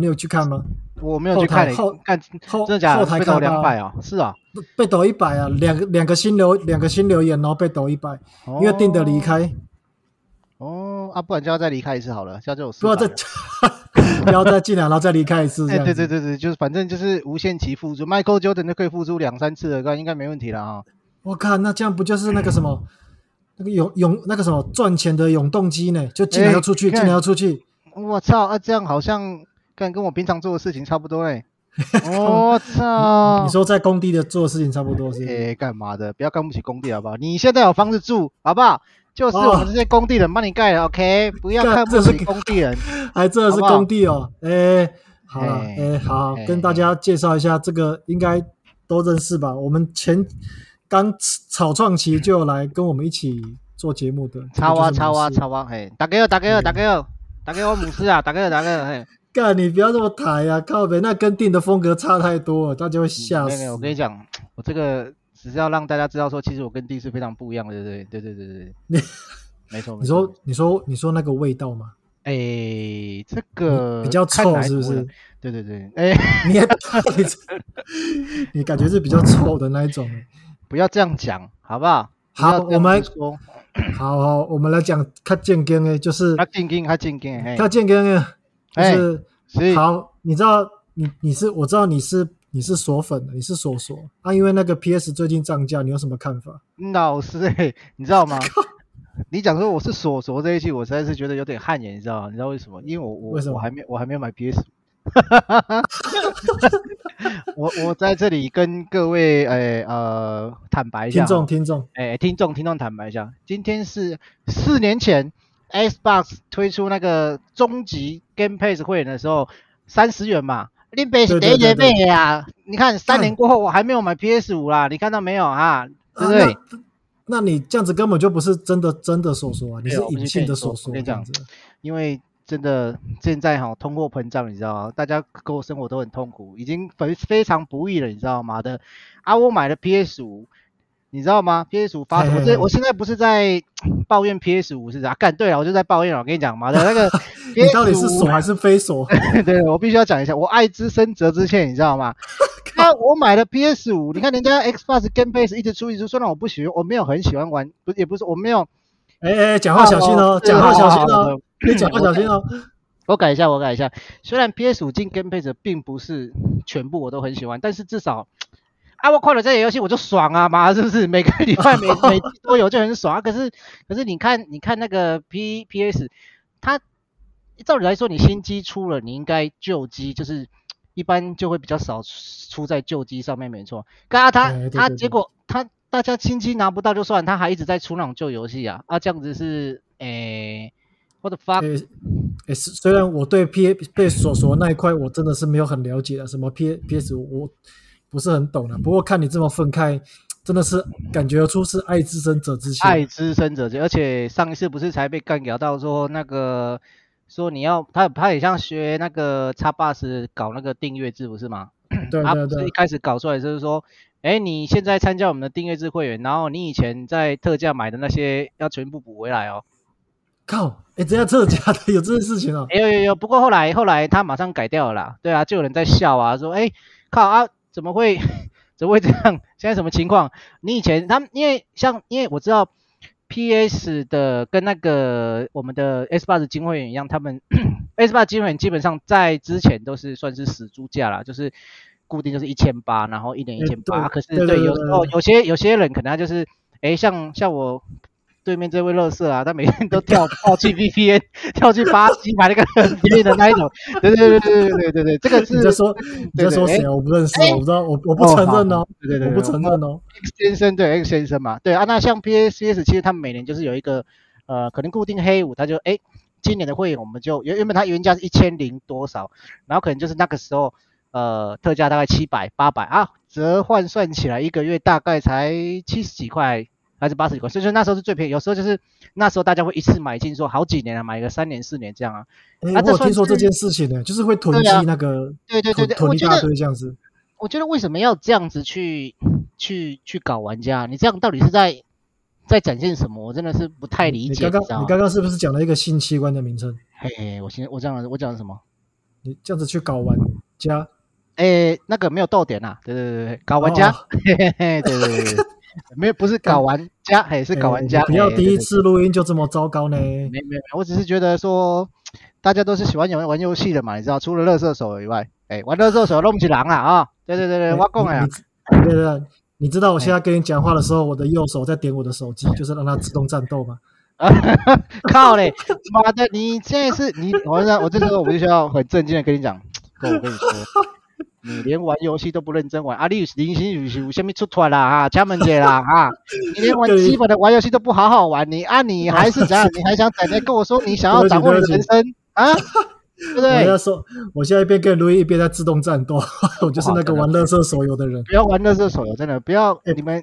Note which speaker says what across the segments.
Speaker 1: 你有去看吗？
Speaker 2: 我没有去看、欸，
Speaker 1: 后
Speaker 2: 看
Speaker 1: 后
Speaker 2: 真的假
Speaker 1: 后
Speaker 2: 的？
Speaker 1: 台
Speaker 2: 被抖
Speaker 1: 看
Speaker 2: 两
Speaker 1: 到
Speaker 2: 百啊？是啊，
Speaker 1: 被抖一百啊，两个两个新留两个新留言，然后被抖一百，因为定的离开，
Speaker 2: 哦啊，不然就要再离开一次好了，叫这种
Speaker 1: 不要再不要再进 来，然后再离开一次这
Speaker 2: 哎，
Speaker 1: 样
Speaker 2: 对
Speaker 1: 子。
Speaker 2: 对对对，就是反正就是无限期付出，Michael Jordan 就可以付出两三次了，那应该没问题了啊。
Speaker 1: 我靠，那这样不就是那个什么，那个永永那个什么赚钱的永动机呢？就进来
Speaker 2: 哎
Speaker 1: 要出去，
Speaker 2: 你看
Speaker 1: 进来要出去，
Speaker 2: 我操啊，这样好像跟跟我平常做的事情差不 多嘞。我操！
Speaker 1: 你说在工地的做的事情差不多是不是？
Speaker 2: 诶、干嘛的？不要看不起工地好不好？你现在有房子住好不好？就是我们这些工地人帮你盖的、o k 不要
Speaker 1: 哦干
Speaker 2: 看不
Speaker 1: 这是
Speaker 2: 起工地人。
Speaker 1: 哎，这是
Speaker 2: 好不好
Speaker 1: 工地哦，哎，好了，
Speaker 2: 哎
Speaker 1: 哎，好
Speaker 2: 哎，
Speaker 1: 跟大家介绍一下，这个应该都认识吧？我们前刚草创期就有来跟我们一起做节目的，
Speaker 2: 超啊
Speaker 1: 这个
Speaker 2: 超啊
Speaker 1: 就是嗯马斯！
Speaker 2: 超啊！嘿，打给我，打给我，打给我，打给我母狮啊！打给我，打给我，嘿。
Speaker 1: 干，你不要这么抬呀，靠北，那跟定的风格差太多了，大家会吓
Speaker 2: 嗯没有
Speaker 1: 死
Speaker 2: 没。有，我跟你讲，我这个只是要让大家知道说，其实我跟弟是非常不一样的，对对对对对 对。没错，没
Speaker 1: 你
Speaker 2: 错
Speaker 1: 说，你说，你说那个味道吗？
Speaker 2: 哎、这
Speaker 1: 嗯
Speaker 2: 个
Speaker 1: 比较
Speaker 2: 呃看
Speaker 1: 臭
Speaker 2: 哪一
Speaker 1: 是不
Speaker 2: 种
Speaker 1: 是
Speaker 2: 呢？对对对，哎、
Speaker 1: 你也你这你感觉是比较臭的那一 种。
Speaker 2: 不要这样讲，好不好？不
Speaker 1: 好
Speaker 2: 要这样
Speaker 1: 我们
Speaker 2: 子说
Speaker 1: 好好，我们来讲看健康的，就是
Speaker 2: 他进进，他进进，嘿，
Speaker 1: 看健康的，就
Speaker 2: 哎
Speaker 1: 是。
Speaker 2: 所以
Speaker 1: 好，你知道你你是我知道你是你是锁粉的，你是锁锁啊，因为那个 PS 最近涨价，你有什么看法？
Speaker 2: 老师、 欸，你知道吗？你讲说我是锁锁这一句，我实在是觉得有点汗颜，你知道吗？你知道为什么？因为我我
Speaker 1: 为什么
Speaker 2: 我还没我还没有买 PS。我我在这里跟各位诶呃坦白一
Speaker 1: 听
Speaker 2: 下哦，
Speaker 1: 众听众，
Speaker 2: 哎，听众听众坦白一下，今天是四年前 Xbox 推出那个终极 Game Pass 会员的时候，三十元嘛，林北是
Speaker 1: 对对
Speaker 2: 得
Speaker 1: 对
Speaker 2: 也
Speaker 1: 对嗯
Speaker 2: 背呀。啊你看三年过后，我还没有买 PS 五啦，你看到没有啊？对不
Speaker 1: 啊
Speaker 2: 对？
Speaker 1: 那那你这样子根本就不是真的真的锁锁啊，你
Speaker 2: 没
Speaker 1: 是
Speaker 2: 有我
Speaker 1: 隐
Speaker 2: 不是
Speaker 1: 性
Speaker 2: 跟
Speaker 1: 的
Speaker 2: 你说
Speaker 1: 锁锁
Speaker 2: 我
Speaker 1: 这
Speaker 2: 跟你
Speaker 1: 样
Speaker 2: 讲
Speaker 1: 子。
Speaker 2: 因为真的现在哈、通货膨胀，你知道吗？大家过生活都很痛苦，已经非非常不易了，你知道吗？的啊，我买了 PS 五，你知道吗？PS 五发
Speaker 1: 嘿
Speaker 2: 什
Speaker 1: 嘿
Speaker 2: 么？
Speaker 1: 嘿
Speaker 2: 这我现在不是在 抱怨 PS 五是啥？啊干对了，我就在抱怨了。我跟你讲嘛的，那个
Speaker 1: 你到底是
Speaker 2: PS5
Speaker 1: 锁还是非锁？
Speaker 2: 对，我必须要讲一下，我爱之深责之切，你知道 吗？那我买了 PS 五，你看人家 Xbox 跟 PS 一直出一直出，虽然我不喜欢，我没有很喜欢玩，不也不是我没有
Speaker 1: 哎哎，讲话小心哦，
Speaker 2: 是
Speaker 1: 讲话小心
Speaker 2: 好好好
Speaker 1: 哦，你讲话小心哦。
Speaker 2: 我改一下，我改一下。虽然 PS 五进跟配者并不是全部我都很喜欢，但是至少啊，我看了这些游戏我就爽啊嘛，是不是？每个礼 拜每每季都有就很爽啊。可是可是你看你看那个 P P S，它照理来说你新机出了，你应该旧机就是一般就会比较少出在旧机上面，没错。刚刚
Speaker 1: 对对
Speaker 2: 他他
Speaker 1: 对对
Speaker 2: 结果他大家新机拿不到就算，他还一直在出那种旧游戏啊啊，这样子是诶。我的 fuck，
Speaker 1: 哎哎，虽虽然我对 P 被锁锁那一块我真的是没有很了解啊，什么 P PS 我不是很懂啊。不过看你这么愤慨，真的是感觉出是爱之深者之切。
Speaker 2: 爱之深者之，而且上一次不是才被干掉到说那个说你要他他也像学那个叉 bus 搞那个订阅制不是吗？
Speaker 1: 对
Speaker 2: 他
Speaker 1: 对
Speaker 2: 不是
Speaker 1: 对
Speaker 2: 一，开始搞出来就是说，哎，你现在参加我们的订阅制会员，然后你以前在特价买的那些要全部补回来哦。
Speaker 1: 靠，哎，这样真的假的？ 有这件事情啊？
Speaker 2: 哎呦呦呦！不过后来后来他马上改掉了啦，对啊，就有人在笑啊，说哎靠啊，怎么会 怎么会这样？ 现在什么情况？你以前他们因为像因为我知道 PS 的跟那个我们的 S 八的金会员一样，他们 S 八金会员基本上在之前都是算是死猪价啦，就是固定就是一千八，然后一年一
Speaker 1: 哎
Speaker 2: 千八。啊
Speaker 1: 对
Speaker 2: 可是
Speaker 1: 对对对
Speaker 2: 有
Speaker 1: 对
Speaker 2: 时候
Speaker 1: 对
Speaker 2: 有些有些人可能他就是哎像像我。对面这位乐色啊，他每天都跳跳去 VPN，跳 去巴西买那个很便宜的那一种，对对对对对对对对，这个是
Speaker 1: 你在说你在说谁
Speaker 2: 对
Speaker 1: 啊？我不认识
Speaker 2: 哎，
Speaker 1: 我不知道，我我不承认哦，
Speaker 2: 对对对，
Speaker 1: 我不承认哦。
Speaker 2: X 先生对 X 先生嘛，对啊，那像 PSCS 其实他们每年就是有一个呃，可能固定黑五，他就哎，今年的会员我们就原原本它原价是一千零多少，然后可能就是那个时候呃特价大概七百八百啊，折换算起来一个月大概才七十几块。还是八十几块，所以说那时候是最便宜。有时候就是那时候大家会一次买进，说好几年啊，买个三年四年这样啊。
Speaker 1: 哎，
Speaker 2: 啊
Speaker 1: 我
Speaker 2: 这
Speaker 1: 有
Speaker 2: 算
Speaker 1: 听说
Speaker 2: 是
Speaker 1: 这件事情呢，就是会囤积
Speaker 2: 对啊
Speaker 1: 那个
Speaker 2: 对对对
Speaker 1: 囤
Speaker 2: 对，我
Speaker 1: 囤一
Speaker 2: 觉
Speaker 1: 大
Speaker 2: 得
Speaker 1: 堆这样子。
Speaker 2: 我觉得为什么要这样子去去去搞玩家？你这样到底是在在展现什么？我真的是不太理
Speaker 1: 你
Speaker 2: 解，
Speaker 1: 刚
Speaker 2: 你
Speaker 1: 刚
Speaker 2: 知道
Speaker 1: 你
Speaker 2: 吗？
Speaker 1: 刚刚是不是讲了一个性器官的名称？
Speaker 2: 嘿，我现在我这样我讲什么？
Speaker 1: 你这样子去搞玩家，
Speaker 2: 哎，那个没有逗点啊，对对对对，搞玩家，
Speaker 1: 哦
Speaker 2: 嘿嘿嘿，对对对对，没有不是搞玩家，嘿，是搞玩家，
Speaker 1: 哎不要第
Speaker 2: 嘿对嗯
Speaker 1: 一
Speaker 2: 对
Speaker 1: 次录音就这么糟糕呢。
Speaker 2: 没没没，我只是觉得说，大家都是喜欢玩玩游戏的嘛，你知道，除了乐色手以外，哎、玩乐色手弄不起狼啊啊！对对对对，
Speaker 1: 哎
Speaker 2: 我讲啊呀
Speaker 1: 你，你对对对，你知道我现在跟你讲话的时候，我的右手在点我的手机，就是让它自动战斗嘛。
Speaker 2: 靠嘞，妈的，你现在是你，我这我这时候我就需要很震惊的跟你讲，哥我跟你说，你连玩游戏都不认真玩，啊，你零星有有下面出团啦啊，敲门姐啦啊，你连玩基本的玩游戏都不好好玩，你啊你还是怎样？你还想怎样跟我说你想要掌握你的人生啊？对不
Speaker 1: 我
Speaker 2: 对？
Speaker 1: 要说，我现在一边跟录音一边在自动战斗， 我就是那个玩乐色手游的人。
Speaker 2: 不要玩乐色手游，真的不要，
Speaker 1: 哎
Speaker 2: 你们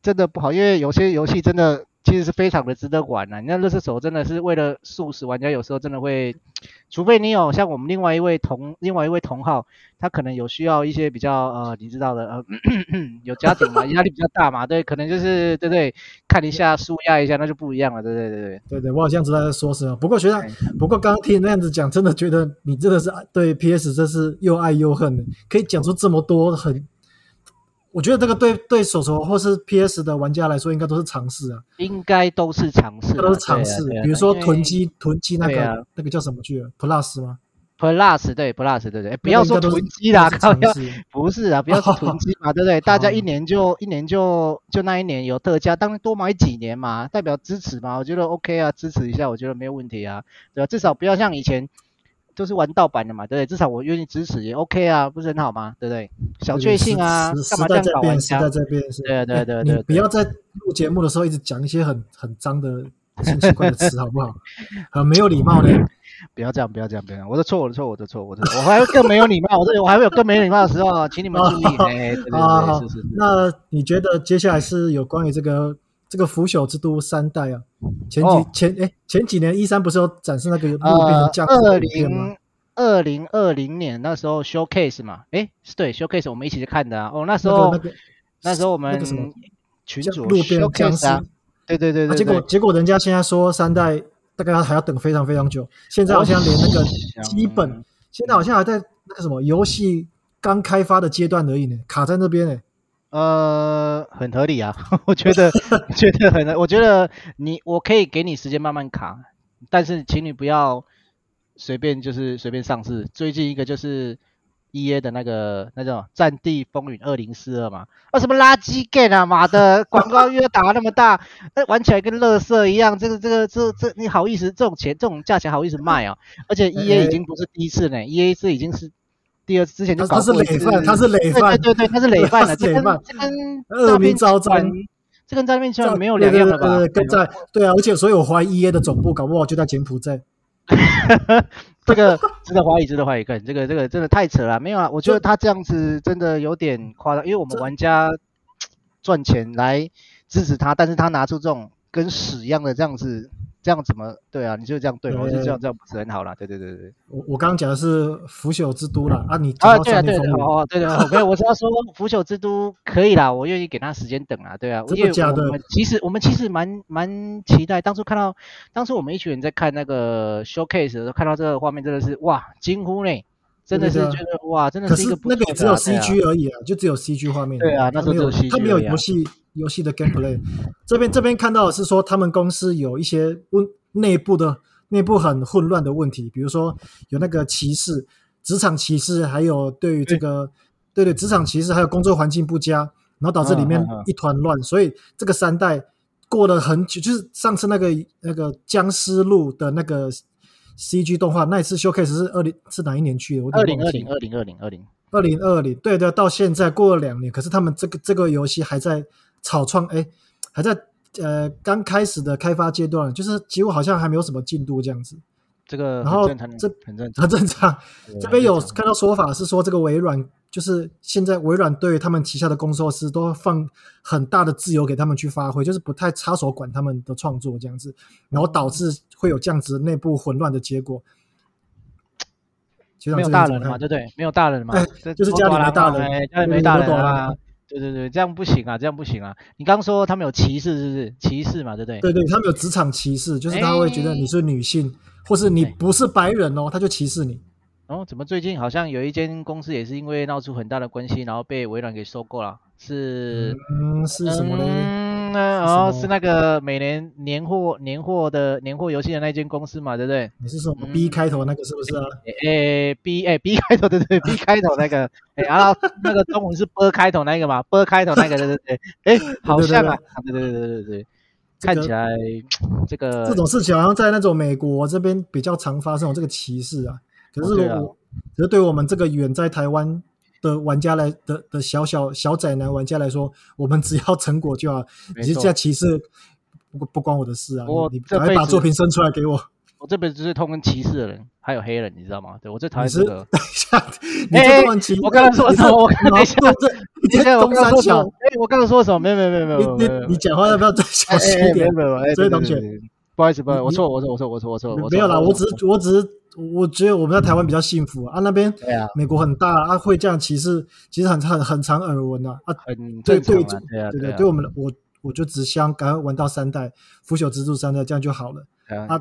Speaker 2: 真的不好，因为有些游戏真的其实是非常的值得玩的、你那乐色手游真的是为了速死玩家，有时候真的会，除非你有像我们另外一位同另外一位同号，他可能有需要一些比较呃，你知道的呃，有家庭嘛，压力比较大嘛，对，可能就是对对，看一下舒压一下，那就不一样了，对对对对，
Speaker 1: 对对，我好像知道在说什么。不过学长
Speaker 2: 哎，
Speaker 1: 不过刚刚听你那样子讲，真的觉得你真的是对 PS 真是又爱又恨的，可以讲出这么多很。我觉得这个对对手手或是 PS 的玩家来说，应该都是尝试啊，
Speaker 2: 应该都是尝试
Speaker 1: 应该
Speaker 2: 啦，
Speaker 1: 都是尝试。比如说囤
Speaker 2: 囤积。
Speaker 1: 积囤积那
Speaker 2: 啊对
Speaker 1: 个、
Speaker 2: 啊
Speaker 1: 那个叫什么去了 Plus 吗？
Speaker 2: Plus 对 Plus 对对，哎不
Speaker 1: 那
Speaker 2: 要
Speaker 1: 个应
Speaker 2: 说
Speaker 1: 该都是
Speaker 2: 囤积啦，
Speaker 1: 都是
Speaker 2: 靠
Speaker 1: 尝
Speaker 2: 要
Speaker 1: 试
Speaker 2: 不是啊，不要说囤积 嘛，对不对？大家一年就一年就就那一年有特价，当然多买几年嘛，代表支持嘛，我觉得 OK 啊，支持一下，我觉得没有问题啊，对吧、至少不要像以前都是玩盗版的嘛，对不对？至少我愿意支持也 OK 啊，不是很好吗？对不对？小确幸
Speaker 1: 时，
Speaker 2: 啊干
Speaker 1: 时
Speaker 2: 嘛
Speaker 1: 代
Speaker 2: 这样
Speaker 1: 在
Speaker 2: 搞玩
Speaker 1: 变，时
Speaker 2: 家
Speaker 1: 代？在变，是。
Speaker 2: 对啊对啊对啊
Speaker 1: 哎
Speaker 2: 对啊
Speaker 1: 你不要在录节目的时候一直讲一些很很脏的、很奇怪的词，好不好？很没有礼貌的。
Speaker 2: 不要这样，不要这样，不要这样，我的错，我的错，我的错，我的错，我还会更没有礼貌，我这我还会有更没有礼貌的时候啊，请你们注意，哎，对 对
Speaker 1: 啊
Speaker 2: 对，
Speaker 1: 好
Speaker 2: 是是是。
Speaker 1: 那你觉得接下来是有关于这个这个腐朽之都三代啊？前几、
Speaker 2: 哦
Speaker 1: 前哎前几年一三不是有展示那个路变
Speaker 2: 呃
Speaker 1: 成僵，尸
Speaker 2: 二
Speaker 1: 的影片吗？
Speaker 2: 零二零二零年那时候 showcase 嘛，诶，是对 showcase 我们一起去看的啊。哦，那时
Speaker 1: 那个
Speaker 2: 候
Speaker 1: 那个
Speaker 2: 那时候我
Speaker 1: 那个什么
Speaker 2: 们群
Speaker 1: 僵
Speaker 2: 主
Speaker 1: 路变成僵尸
Speaker 2: showcase 啊，对对对
Speaker 1: 啊
Speaker 2: 对，
Speaker 1: 结果结果人家现在说三代大概还要等非常非常久，现在好像连那个
Speaker 2: 哦
Speaker 1: 基
Speaker 2: 嗯
Speaker 1: 本，现在好像还在那个什么游戏刚开发的阶段而已呢，卡在那边呢。
Speaker 2: 呃很合理啊， 我觉得我觉得很，我觉得你我可以给你时间慢慢卡，但是请你不要随便就是随便上市。最近一个就是 E A 的那个那叫《战地风云二零四二》嘛，啊什么垃圾 game 啊，妈的广告约打那么大，那玩起来跟垃圾一样，这个这个这这你好意思这种钱这种价钱好意思卖啊？而且 E
Speaker 1: 哎
Speaker 2: A 已经不是第一次呢，E A 是已经是。第二次之前就
Speaker 1: 他
Speaker 2: 搞
Speaker 1: 他是
Speaker 2: 过一
Speaker 1: 累
Speaker 2: 次
Speaker 1: 犯，他是累犯，
Speaker 2: 对对对，他是累犯
Speaker 1: 他
Speaker 2: 的，
Speaker 1: 是
Speaker 2: 这
Speaker 1: 累
Speaker 2: 跟
Speaker 1: 犯
Speaker 2: 这跟
Speaker 1: 恶
Speaker 2: 诈
Speaker 1: 名
Speaker 2: 骗
Speaker 1: 昭
Speaker 2: 集团
Speaker 1: 彰，
Speaker 2: 这跟诈骗集
Speaker 1: 这
Speaker 2: 团
Speaker 1: 样
Speaker 2: 没有两样了吧？
Speaker 1: 对对对对跟在对啊，而且所以我怀疑 EA 的总部搞不好就在柬埔寨。
Speaker 2: 这个值得怀疑，值得怀疑，看这个这个真的太扯了，没有啊，我觉得他这样子真的有点夸张，因为我们
Speaker 1: 这
Speaker 2: 玩家赚钱来支持他，但是他拿出这种跟屎一样的这样子，这样怎么对啊？你就这样对吗，我就这样这样不是很好了，对对对对。
Speaker 1: 我我刚刚讲的是腐朽之都啦，啊，你讲
Speaker 2: 啊，
Speaker 1: 到
Speaker 2: 对啊，
Speaker 1: 三
Speaker 2: 对
Speaker 1: 地风
Speaker 2: 对，
Speaker 1: 云，
Speaker 2: 哦，对对，哦没有，我是要说腐朽之都可以啦，我愿意给他时间等啊，对啊，
Speaker 1: 真的
Speaker 2: 因为
Speaker 1: 假的
Speaker 2: 我们其实我们其实蛮蛮期待，当初看到，当初我们一群人在看那个 showcase 的时候，看到这个画面真的是哇惊呼呢，真的是
Speaker 1: 对对对
Speaker 2: 觉得哇，真的
Speaker 1: 可
Speaker 2: 是一
Speaker 1: 是
Speaker 2: 不
Speaker 1: 那个也
Speaker 2: 错
Speaker 1: 只
Speaker 2: 的
Speaker 1: 有
Speaker 2: 啊对啊
Speaker 1: CG 而已啊，就只有 CG 画面。
Speaker 2: 对啊那
Speaker 1: 它
Speaker 2: 时候
Speaker 1: 没有
Speaker 2: 只有 CG
Speaker 1: 它没有
Speaker 2: 而已啊
Speaker 1: 游戏游戏的 gameplay。这边这边看到的是说，他们公司有一些问内部的内部很混乱的问题，比如说有那个歧视、职场歧视，还有对于这个对对职场歧视，还有工作环境不佳，然后导致里面
Speaker 2: 嗯嗯嗯
Speaker 1: 一团乱。所以这个三代过了很久，就是上次那个那个僵尸路的那个 CG 动画那一次 showcase 是二零是哪一年去的？我有
Speaker 2: 二
Speaker 1: 点
Speaker 2: 零
Speaker 1: 忘
Speaker 2: 二
Speaker 1: 记
Speaker 2: 零二零二零二零，
Speaker 1: 二零二零，对对，到现在过了两年，可是他们这个这个游戏还在草创，哎，还在呃刚开始的开发阶段，就是几乎好像还没有什么进度这样子，
Speaker 2: 这个
Speaker 1: 然后
Speaker 2: 很正常
Speaker 1: 这
Speaker 2: 很正常，
Speaker 1: 很正常。
Speaker 2: 对啊
Speaker 1: 这边有
Speaker 2: 很正常
Speaker 1: 看到说法是说，这个微软就是现在微软对他们旗下的工作室都放很大的自由给他们去发挥，就是不太插手管他们的创作这样子，然后导致会有这样子内部混乱的结果。学长
Speaker 2: 没有
Speaker 1: 这个
Speaker 2: 大
Speaker 1: 你怎么
Speaker 2: 人了
Speaker 1: 看
Speaker 2: 嘛，对不对？没有大人了嘛
Speaker 1: 哎，
Speaker 2: 这
Speaker 1: 就是
Speaker 2: 多
Speaker 1: 家里
Speaker 2: 大
Speaker 1: 没
Speaker 2: 人
Speaker 1: 大
Speaker 2: 嘛
Speaker 1: 人
Speaker 2: 哎家
Speaker 1: 对
Speaker 2: 里没
Speaker 1: 对
Speaker 2: 大
Speaker 1: 都
Speaker 2: 人
Speaker 1: 大
Speaker 2: 啊
Speaker 1: 人。
Speaker 2: 对对对，这样不行啊，这样不行啊！你刚说他们有歧视，是不是歧视嘛？对不对？
Speaker 1: 对对，他们有职
Speaker 2: 哎
Speaker 1: 场歧视，就是他会觉得你是女性，或是你不是白人哦，他就歧视你。
Speaker 2: 哦，怎么最近好像有一间公司也是因为闹出很大的关系，然后被微软给收购了？是
Speaker 1: 嗯，是什么嘞？
Speaker 2: 嗯，
Speaker 1: 是什
Speaker 2: 呃哦，
Speaker 1: 么
Speaker 2: 是那个每年年货年货的年货游戏的那间公司嘛，对不对？
Speaker 1: 你是说 B 开头那个是不是啊？
Speaker 2: 诶，B 诶 B 开头对对 B 开头那个，诶，然后那个中文是 b 开头那个嘛，b 开头那个对对对，诶，好像啊，对对对对对对，
Speaker 1: 这个
Speaker 2: 看起来这个
Speaker 1: 这种事情好像在那种美国这边比较常发生有这个歧视啊。可是我，
Speaker 2: 哦对啊
Speaker 1: 可是对我们这个远在台湾的玩家来的的小小小宅男玩家来说，我们只要成果就好。
Speaker 2: 没
Speaker 1: 其实
Speaker 2: 错
Speaker 1: 这样歧视不不关我的事啊，
Speaker 2: 我
Speaker 1: 你你
Speaker 2: 这
Speaker 1: 赶快
Speaker 2: 辈
Speaker 1: 把
Speaker 2: 子
Speaker 1: 作品生出来给我。
Speaker 2: 我这辈子最痛恨歧视的人，还有黑人，你知道吗？对我最讨
Speaker 1: 你
Speaker 2: 厌
Speaker 1: 是
Speaker 2: 这个。
Speaker 1: 等一下，你这段歧，
Speaker 2: 哎我刚才说什么？我刚
Speaker 1: 你
Speaker 2: 等一
Speaker 1: 这脑洞这你这
Speaker 2: 下，等一下，我
Speaker 1: 东
Speaker 2: 刚才
Speaker 1: 山哦
Speaker 2: 说什么？
Speaker 1: 小，
Speaker 2: 哎，我刚才说什么？没有没有没有没有
Speaker 1: 你
Speaker 2: 没有没
Speaker 1: 你
Speaker 2: 有
Speaker 1: 你。讲话要不要再小
Speaker 2: 哎
Speaker 1: 心
Speaker 2: 哎
Speaker 1: 一点？
Speaker 2: 没有没有，哎，
Speaker 1: 所以
Speaker 2: 对
Speaker 1: 同学，
Speaker 2: 对对对不好意思，不好意思，
Speaker 1: 你
Speaker 2: 我错，我错，我错，我错，我错，我错。
Speaker 1: 没有啦，我
Speaker 2: 错
Speaker 1: 只是我只是我觉得我们在台湾比较幸福啊，啊那边
Speaker 2: 对啊，
Speaker 1: 美国很大啊，会这样歧视，其实很很很常耳闻啊啊，
Speaker 2: 很
Speaker 1: 对
Speaker 2: 正常
Speaker 1: 对
Speaker 2: 啊，对啊，
Speaker 1: 对
Speaker 2: 对
Speaker 1: 对，
Speaker 2: 啊
Speaker 1: 对我们我我就只想赶快玩到三代，腐朽之柱三代这样就好了
Speaker 2: 对啊。
Speaker 1: 啊，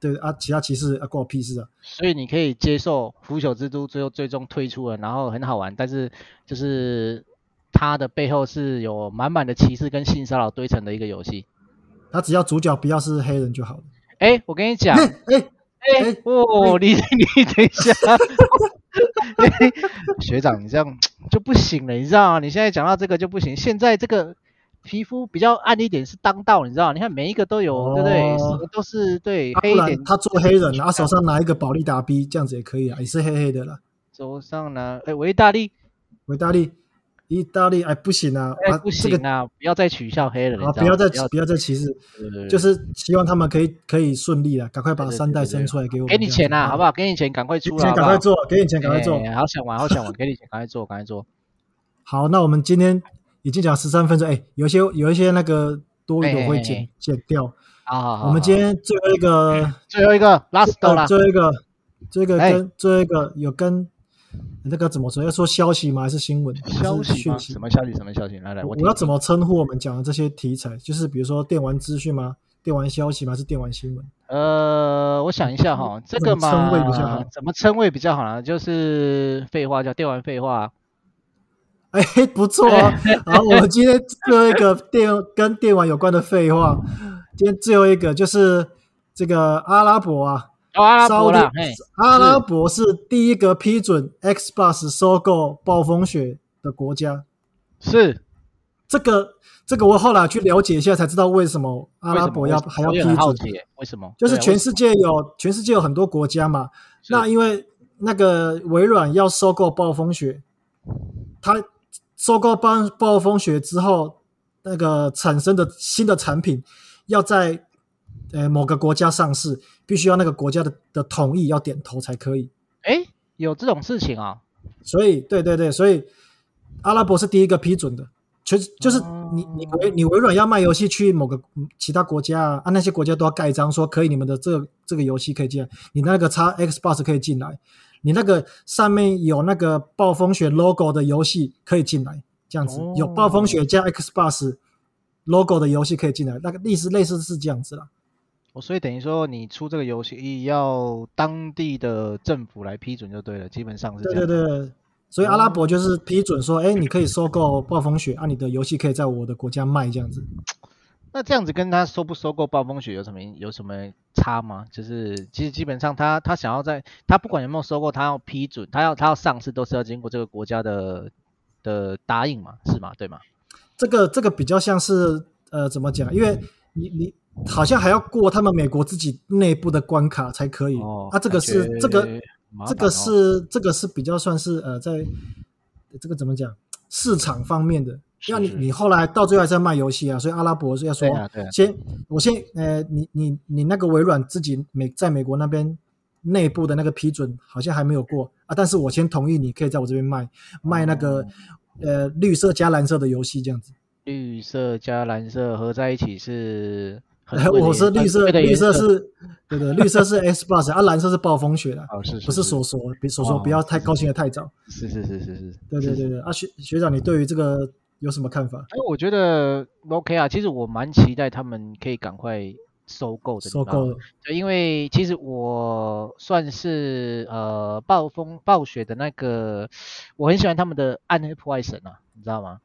Speaker 1: 对啊，其他歧视啊关我屁事啊，
Speaker 2: 所以你可以接受腐朽之都最后最终推出了，然后很好玩，但是就是它的背后是有满满的歧视跟性骚扰堆成的一个游戏。
Speaker 1: 他只要主角不要是黑人就好了。
Speaker 2: 哎，我跟你讲，
Speaker 1: 哎 哎，
Speaker 2: 哎、
Speaker 1: 哎
Speaker 2: 哦，你 你等一 下，哎学长，你这样就不行了，你知道吗？你现在讲到这个就不行，现在这个皮肤比较暗一点是当道，你知道吗？你看每一个都有，对不对？
Speaker 1: 哦
Speaker 2: 什么都是对，
Speaker 1: 啊
Speaker 2: 黑
Speaker 1: 不
Speaker 2: 一
Speaker 1: 然
Speaker 2: 点。
Speaker 1: 他做黑人，然后手上拿一个保利达 B，这样子也可以啊，也是黑黑的啦。
Speaker 2: 手上呢，哎，维大利，
Speaker 1: 维大利，意大利，哎不行啊，
Speaker 2: 哎，
Speaker 1: 啊
Speaker 2: 不
Speaker 1: 这
Speaker 2: 行
Speaker 1: 个
Speaker 2: 啊，不要再取笑黑人，你
Speaker 1: 啊不
Speaker 2: 知道
Speaker 1: 要
Speaker 2: 吗
Speaker 1: 再
Speaker 2: 不要
Speaker 1: 不要再歧视。
Speaker 2: 对对对
Speaker 1: 就是希望他们可以可以顺利了，赶快把
Speaker 2: 对对
Speaker 1: 三代
Speaker 2: 对对
Speaker 1: 生出来给我
Speaker 2: 给
Speaker 1: 们
Speaker 2: 你钱
Speaker 1: 呐，
Speaker 2: 呐，好不
Speaker 1: 好？
Speaker 2: 好？给你钱，赶快
Speaker 1: 啊给
Speaker 2: 出
Speaker 1: 你
Speaker 2: 来，
Speaker 1: 钱
Speaker 2: 好不
Speaker 1: 赶
Speaker 2: 好
Speaker 1: 快？做，给你钱赶快做。
Speaker 2: 哎好想玩，好想玩，给你钱，赶快做，赶快做。
Speaker 1: 好，那我们今天已经讲十三分钟，哎，有一些有一些那个多余的我
Speaker 2: 哎哎
Speaker 1: 会
Speaker 2: 哎
Speaker 1: 剪剪掉。
Speaker 2: 好好好，
Speaker 1: 我们
Speaker 2: 好
Speaker 1: 今天最后一个，
Speaker 2: 最后一个 last 啦
Speaker 1: 呃，，最后一个，最后一个
Speaker 2: 哎
Speaker 1: 跟最后一个有跟那个怎么说？要说消息吗？还是新闻？
Speaker 2: 消
Speaker 1: 还是
Speaker 2: 息吗？
Speaker 1: 讯息
Speaker 2: 什？么消息？什么消息？来来，
Speaker 1: 我
Speaker 2: 听
Speaker 1: 要怎
Speaker 2: 听
Speaker 1: 么称呼我们讲的这些题材？就是比如说电玩资讯吗？电玩消息吗？还是电玩新闻？
Speaker 2: 呃，我想一下哈，这
Speaker 1: 怎
Speaker 2: 个
Speaker 1: 么
Speaker 2: 嘛，
Speaker 1: 称谓比较好
Speaker 2: 怎么称谓比较好呢？就是废话叫电玩废话啊，
Speaker 1: 哎，不错 啊！好，我们今天最后一个电跟电玩有关的废话，今天最后一个就是这个阿拉伯啊，
Speaker 2: 哦，阿拉
Speaker 1: 沙
Speaker 2: 伯
Speaker 1: 特
Speaker 2: 啦，嘿，
Speaker 1: 阿拉伯是第一个批准 Xbox 收购暴风雪的国家。
Speaker 2: 是
Speaker 1: 这个这个我后来去了解一下才知道为什么阿
Speaker 2: 为
Speaker 1: 拉
Speaker 2: 什
Speaker 1: 伯
Speaker 2: 么？
Speaker 1: 要
Speaker 2: 为什么
Speaker 1: 还要
Speaker 2: 我也
Speaker 1: 批
Speaker 2: 很好
Speaker 1: 准，
Speaker 2: 奇耶，为什么？
Speaker 1: 就是
Speaker 2: 对啊
Speaker 1: 全世界有全世界有很多国家嘛，那因为那个微软要收购暴风雪，它收购暴暴风雪之后，那个产生的新的产品要在呃某个国家上市，必须要那个国家的的同意要点头才可以。
Speaker 2: 哎，有这种事情啊？
Speaker 1: 所以，对对对，所以阿拉伯是第一个批准的。全就是你
Speaker 2: 哦
Speaker 1: 你微你微软要卖游戏去某个其他国家啊，啊那些国家都要盖章说可以，你们的这个这个游戏可以进来，你那个叉 Xbox 可以进来，你那个上面有那个暴风雪 logo 的游戏可以进来，这样子
Speaker 2: 哦
Speaker 1: 有暴风雪加 Xbox logo 的游戏可以进来，那个意思类似是这样子啦。
Speaker 2: 我所以等于说你出这个游戏要当地的政府来批准就对了，基本上是
Speaker 1: 对
Speaker 2: 这样。哦
Speaker 1: 对
Speaker 2: 对，
Speaker 1: 对，所以阿拉伯就是批准说，哎，你可以收购暴风雪，啊，你的游戏可以在我的国家卖这样子。
Speaker 2: 那这样子跟他收不收购暴风雪有什么有什么差吗？就是其实基本上他他想要在他不管有没有收购，他要批准，他要他要上市都是要经过这个国家的的答应嘛，是吗？对吗？
Speaker 1: 这个这个比较像是呃怎么讲？因为你你好像还要过他们美国自己内部的关卡才可以。
Speaker 2: 哦，
Speaker 1: 啊，这个
Speaker 2: 感
Speaker 1: 是
Speaker 2: 觉
Speaker 1: 这个
Speaker 2: 麻
Speaker 1: 这
Speaker 2: 烦
Speaker 1: 个
Speaker 2: 哦
Speaker 1: 是这个是比较算是呃在这个怎么讲市场方面的。
Speaker 2: 是
Speaker 1: 要你
Speaker 2: 是
Speaker 1: 你后来到最后还是要卖游戏啊，所以阿拉伯是要说
Speaker 2: 对啊对啊
Speaker 1: 先我先呃你你你那个微软自己美在美国那边内部的那个批准好像还没有过啊，但是我先同意你可以在我这边卖卖那
Speaker 2: 哦
Speaker 1: 个、呃绿色加蓝色的游戏这样子。
Speaker 2: 绿色加蓝色合在一起是很
Speaker 1: 哎，
Speaker 2: 贵 的
Speaker 1: 我
Speaker 2: 颜
Speaker 1: 是
Speaker 2: 色
Speaker 1: 绿色，
Speaker 2: 贵的
Speaker 1: 绿
Speaker 2: 颜
Speaker 1: 色是，对对，绿色是 Xbox，啊，蓝色是暴风雪啦，
Speaker 2: 哦是
Speaker 1: 不是所说，别所说不要太高兴的太早。
Speaker 2: 是是是是是，
Speaker 1: 对对对对，啊学学长，你对于这个有什么看法？
Speaker 2: 哎，我觉得 OK 啊，其实我蛮期待他们可以赶快收购的地
Speaker 1: 收
Speaker 2: 方。
Speaker 1: 购了，
Speaker 2: 对，因为其实我算是呃暴风暴雪的那个，我很喜欢他们的《暗黑破坏神》啊，你知道吗？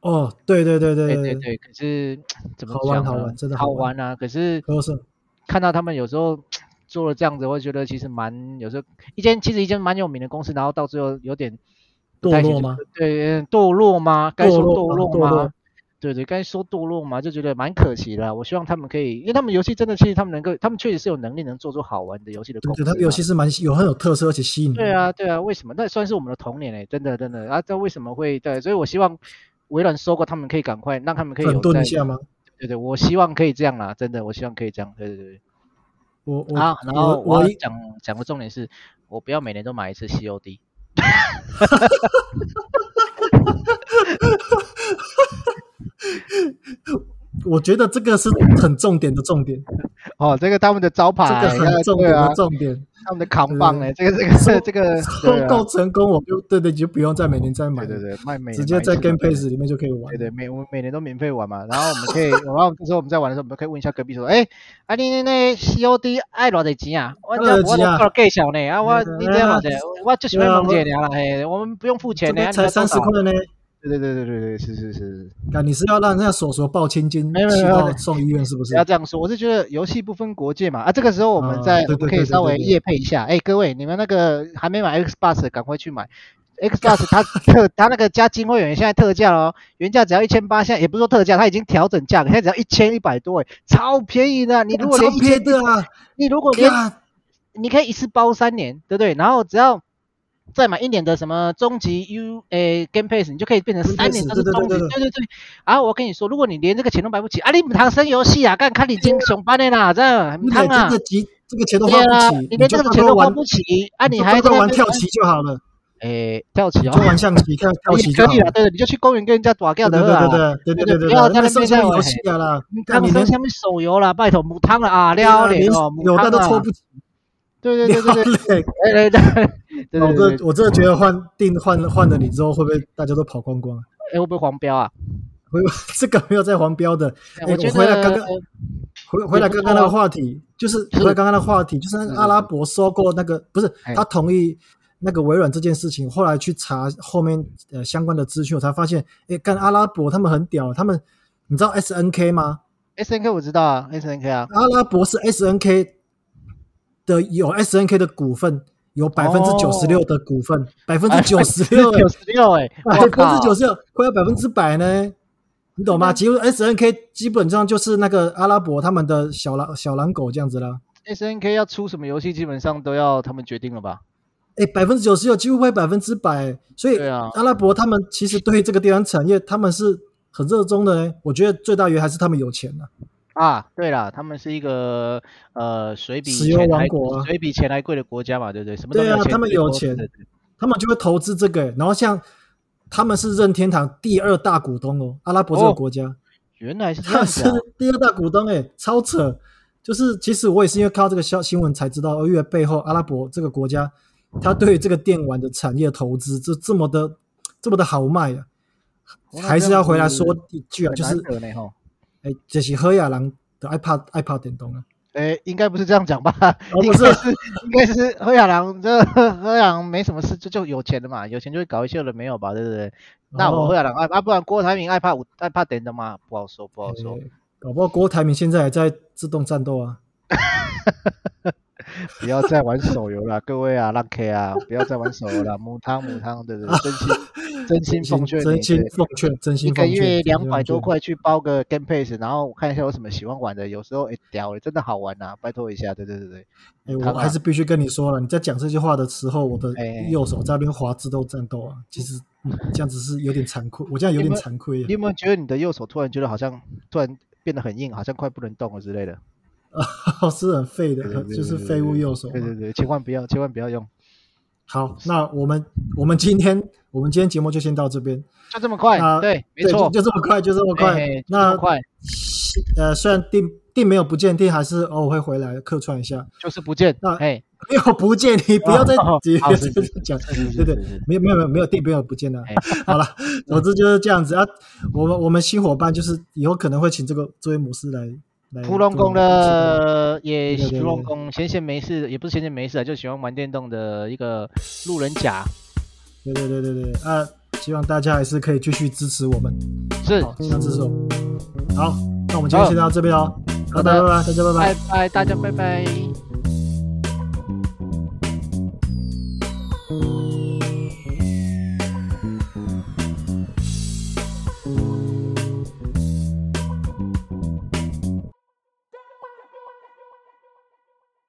Speaker 1: 哦，对对对对
Speaker 2: 对对，对，可是怎么
Speaker 1: 好玩
Speaker 2: 讲呢？
Speaker 1: 好玩真的好
Speaker 2: 好
Speaker 1: 玩
Speaker 2: 玩啊！可是
Speaker 1: 都是
Speaker 2: 看到他们有时候做了这样子，我会觉得其实蛮有时候一间其实一间蛮有名的公司，然后到最后有点不
Speaker 1: 堕
Speaker 2: 太
Speaker 1: 落
Speaker 2: 行
Speaker 1: 吗？
Speaker 2: 对，嗯堕落吗？该
Speaker 1: 堕
Speaker 2: 说
Speaker 1: 落
Speaker 2: 堕
Speaker 1: 吗
Speaker 2: 落
Speaker 1: 堕
Speaker 2: 吗？
Speaker 1: 落
Speaker 2: 对对，该说堕落吗？就觉得蛮可惜的啊。我希望他们可以，因为他们游戏真的，其实他们能够，他们确实是有能力能做出好玩的游戏的
Speaker 1: 对
Speaker 2: 公司
Speaker 1: 对，
Speaker 2: 嘛。
Speaker 1: 他们游戏是蛮有很有特色，而且吸引人。
Speaker 2: 对，啊，对啊，为什么？那算是我们的童年哎、真的真的啊，这为什么会对？所以我希望微软收购他们，可以赶快让他们可以
Speaker 1: 整
Speaker 2: 有
Speaker 1: 顿
Speaker 2: 在
Speaker 1: 一下吗？
Speaker 2: 对对，我希望可以这样啦，真的，我希望可以这样。对对对。
Speaker 1: 我我
Speaker 2: 啊，然后
Speaker 1: 我我
Speaker 2: 要
Speaker 1: 一
Speaker 2: 讲讲的重点是，我不要每年都买一次 COD。
Speaker 1: 我觉得这个是很重点的重点，
Speaker 2: 哦，这个他们的招牌啊
Speaker 1: 这个很重点的重啊点。
Speaker 2: 他们的扛棒哎、这个这
Speaker 1: 收
Speaker 2: 个这个对
Speaker 1: 收
Speaker 2: 啊
Speaker 1: 购成功，我就对对，你就不用再每年再买
Speaker 2: 对
Speaker 1: 了，
Speaker 2: 对对，卖每
Speaker 1: 直
Speaker 2: 年
Speaker 1: 接
Speaker 2: 买一
Speaker 1: 在
Speaker 2: 次
Speaker 1: Game Pass 里面就可以玩
Speaker 2: 对。对，每我们每年都免费玩嘛，然后我们可以，然后这时候我们在玩的时候，我们可以问一下隔壁说，哎，啊你你那 COD 爱偌济钱啊？我
Speaker 1: 多少
Speaker 2: 这我都
Speaker 1: 钱啊
Speaker 2: 搞介绍呢，啊我
Speaker 1: 嗯
Speaker 2: 你这样偌济，我就喜欢
Speaker 1: 对啊
Speaker 2: 萌姐娘了，嘿，我们不用付
Speaker 1: 这
Speaker 2: 钱呢，
Speaker 1: 个
Speaker 2: 啊你
Speaker 1: 才
Speaker 2: 要多
Speaker 1: 三十
Speaker 2: 少
Speaker 1: 块呢，
Speaker 2: 对对对对对对，是是是，
Speaker 1: 那你是要让人家索索抱千金
Speaker 2: 没有没有
Speaker 1: 气
Speaker 2: 没有
Speaker 1: 到送医院是不
Speaker 2: 不
Speaker 1: 是
Speaker 2: 要？这样说，我是觉得游戏不分国界嘛，啊这个时候我
Speaker 1: 啊
Speaker 2: 们在
Speaker 1: 对
Speaker 2: 我们
Speaker 1: 对
Speaker 2: 可
Speaker 1: 对
Speaker 2: 以
Speaker 1: 对
Speaker 2: 稍微
Speaker 1: 对对
Speaker 2: 夜配一下，哎各位你们那个还没买 Xbox 的赶快 去买。Xbox 它特它那个加金会员现在特价哦，原价只要一千八，现在也不是说特价，它已经调整价格，现在只要一千一百多，哎，超便宜的。你如果
Speaker 1: 啊超
Speaker 2: 连一
Speaker 1: 便
Speaker 2: 千
Speaker 1: 宜，的啊！
Speaker 2: 你如果连
Speaker 1: 看
Speaker 2: 你可以一次包三年，对不对？然后只要再买一年的什么终极 U 诶 Game Pass，你就可以变成
Speaker 1: Game
Speaker 2: 三年
Speaker 1: Pass，
Speaker 2: 都是
Speaker 1: 对对
Speaker 2: 终极。
Speaker 1: 对
Speaker 2: 对
Speaker 1: 对
Speaker 2: 对对。然后我跟你说，如果你连这个钱都买不起，啊，你唔谈生游戏啊，干看你金熊班的啦，这样唔
Speaker 1: 你
Speaker 2: 谈
Speaker 1: 连
Speaker 2: 啊
Speaker 1: 这个。集这个钱都花
Speaker 2: 对啊
Speaker 1: 不起，，
Speaker 2: 你连
Speaker 1: 就
Speaker 2: 这个
Speaker 1: 乖
Speaker 2: 钱
Speaker 1: 乖
Speaker 2: 都花
Speaker 1: 玩，
Speaker 2: 不起，啊，你
Speaker 1: 就
Speaker 2: 还
Speaker 1: 乖
Speaker 2: 在
Speaker 1: 乖
Speaker 2: 那
Speaker 1: 玩
Speaker 2: 边
Speaker 1: 跳棋就好了，
Speaker 2: 诶跳棋哦
Speaker 1: 就，玩象 棋、跳跳棋
Speaker 2: 也
Speaker 1: 就
Speaker 2: 可
Speaker 1: 好
Speaker 2: 以了，
Speaker 1: 了。
Speaker 2: 对的，你就去公园跟人家打架
Speaker 1: 对
Speaker 2: 的
Speaker 1: 对
Speaker 2: 啊。
Speaker 1: 对对对对对对
Speaker 2: 不要
Speaker 1: 对，
Speaker 2: 在那
Speaker 1: 那
Speaker 2: 边
Speaker 1: 剩下
Speaker 2: 再玩
Speaker 1: 游戏啊啦，
Speaker 2: 他
Speaker 1: 看你
Speaker 2: 们嗯说
Speaker 1: 连
Speaker 2: 下面手游啦，拜托母汤了啊，
Speaker 1: 对啊
Speaker 2: 撩脸哦，
Speaker 1: 连
Speaker 2: 母
Speaker 1: 有
Speaker 2: 汤
Speaker 1: 的都抽
Speaker 2: 啊，
Speaker 1: 不起，
Speaker 2: 对对对对对，
Speaker 1: 好累。
Speaker 2: 哎哎对对
Speaker 1: 我
Speaker 2: 对对
Speaker 1: 这，我真的觉得换定换换了你之后，会不会大家都跑光光啊？
Speaker 2: 哎会不会黄标啊？
Speaker 1: 会不会 这个没有在黄标的，哎
Speaker 2: 我觉
Speaker 1: 我回来
Speaker 2: 得
Speaker 1: 刚刚
Speaker 2: 呃
Speaker 1: 回回来刚
Speaker 2: 啊
Speaker 1: 刚那个话题，就是回来刚刚那个话题，就是那个阿拉伯收购那个不是
Speaker 2: 哎
Speaker 1: 他同意那个微软这件事情，后来去查后面呃相关的资讯，我才发现，哎，干阿拉伯他们很屌，他们你知道 SNK 吗？
Speaker 2: S N K 我知道啊，S N K 啊，
Speaker 1: 阿拉伯是 SNK 的有 SNK 的股份，有百分之九十
Speaker 2: 哦
Speaker 1: 六的股份，百分之九十六，
Speaker 2: 九十六哎，
Speaker 1: 百
Speaker 2: 我
Speaker 1: 分
Speaker 2: 靠嗯
Speaker 1: 之，九十六快要百分之百呢，你懂吗？其实 SNK 基本上就是那个阿拉伯他们的小狼小狼狗这样子啦。
Speaker 2: S N K 要出什么游戏，基本上都要他们决定了吧？
Speaker 1: 哎，百分之九十六几乎快百分之百，所以
Speaker 2: 对啊
Speaker 1: 阿拉伯他们其实对这个地方产业他们是很热衷的呢。我觉得最大原因还是他们有钱啊。
Speaker 2: 啊，对啦，他们是一个呃，水比
Speaker 1: 石油
Speaker 2: 钱还
Speaker 1: 王国啊
Speaker 2: 水比钱还贵的国家嘛，对不对？什么都
Speaker 1: 对
Speaker 2: 没
Speaker 1: 啊
Speaker 2: 有钱，
Speaker 1: 他们
Speaker 2: 最
Speaker 1: 有
Speaker 2: 多
Speaker 1: 钱
Speaker 2: 对对
Speaker 1: 他们就会投资这个、然后像他们是任天堂第二大股东哦，阿拉伯这个国家，
Speaker 2: 原来是这
Speaker 1: 他
Speaker 2: 样子
Speaker 1: 是
Speaker 2: 啊，
Speaker 1: 第二大股东哎、超扯！就是其实我也是因为看到这个消新闻才知道，哦，原来背后阿拉伯这个国家，他对于这个电玩的产业投资这这么的这么的豪迈啊，
Speaker 2: 哦那
Speaker 1: 还是
Speaker 2: 这
Speaker 1: 要
Speaker 2: 样
Speaker 1: 回来
Speaker 2: 子
Speaker 1: 说一句啊，
Speaker 2: 很
Speaker 1: 就是
Speaker 2: 难得呢吼。
Speaker 1: 哎，这是喝亚郎的 iPad iPad 电动啊，
Speaker 2: 哎，应该不是这样讲吧？
Speaker 1: 哦
Speaker 2: 应
Speaker 1: 不是
Speaker 2: 该是，应该是何亚郎，这何亚郎没什么事，就就有钱的嘛，有钱就会搞一些有的没有吧，对不对？那
Speaker 1: 哦
Speaker 2: 我何亚郎爱啊，不然郭台铭爱怕爱怕点的嘛，不好说，不好说
Speaker 1: 哎。搞不好郭台铭现在还在自动战斗啊，
Speaker 2: 不要再玩手游了， 各位啊，浪 K 啊，不要再玩手游了， 母汤母汤，对 对对，真心真心奉劝你，
Speaker 1: 真心
Speaker 2: 对
Speaker 1: 奉劝，真
Speaker 2: 一
Speaker 1: 心
Speaker 2: 个
Speaker 1: 奉劝，
Speaker 2: 月
Speaker 1: 真心
Speaker 2: 两
Speaker 1: 奉
Speaker 2: 百多
Speaker 1: 劝
Speaker 2: 块去包个 Game Pass，然后我看一下有什么喜欢玩的，有时候哎屌，真的好玩呐，拜托一下，对对对对，
Speaker 1: 哎、
Speaker 2: 唐
Speaker 1: 我
Speaker 2: 啊
Speaker 1: 还是必须跟你说了，你在讲这句话的时候，我的
Speaker 2: 哎
Speaker 1: 右手在那边滑自动战斗啊，其实、嗯这样子是有点惭愧，我这样有点惭愧啊
Speaker 2: 你有没有觉得你的右手突然觉得好像突然变得很硬，好像快不能动了之类的？
Speaker 1: 是很废的，
Speaker 2: 对对对
Speaker 1: 就是
Speaker 2: 对
Speaker 1: 废物
Speaker 2: 对
Speaker 1: 右手嘛
Speaker 2: 对。对对，千万不要，千万不要用，
Speaker 1: 好，那我们我们今天我们今天节目就先到这边，
Speaker 2: 就这么快
Speaker 1: 啊，
Speaker 2: 对，没
Speaker 1: 对
Speaker 2: 错，
Speaker 1: 就就这么快，就这么快。
Speaker 2: 哎哎就这
Speaker 1: 那
Speaker 2: 么快，
Speaker 1: 呃，虽然定定没有不见，定还是偶尔会回来客串一下。
Speaker 2: 就是不见
Speaker 1: 那，
Speaker 2: 哎，
Speaker 1: 没有不见，你不要再
Speaker 2: 哦
Speaker 1: 急
Speaker 2: 好是是
Speaker 1: 着讲，
Speaker 2: 是是
Speaker 1: 对
Speaker 2: 是
Speaker 1: 对
Speaker 2: 是，是，
Speaker 1: 没有没有没有没有定没有不见的
Speaker 2: 哎，
Speaker 1: 好了，总之就是这样子啊。我们我们新伙伴就是以后可能会请这个这位母师来来
Speaker 2: 屠龙
Speaker 1: 做
Speaker 2: 宫
Speaker 1: 这个
Speaker 2: 的
Speaker 1: 对
Speaker 2: 也
Speaker 1: 对对
Speaker 2: 屠龙宫，闲闲没事也不是闲闲没事啊，就喜欢玩电动的一个路人甲，
Speaker 1: 对对对对对啊！希望大家还是可以继续支持我们，
Speaker 2: 是
Speaker 1: 好，，希望支持我们。好，那我们今天先到这边哦，好，
Speaker 2: 好
Speaker 1: 拜
Speaker 2: 的
Speaker 1: 拜，大家拜拜
Speaker 2: 拜。拜，大家拜拜。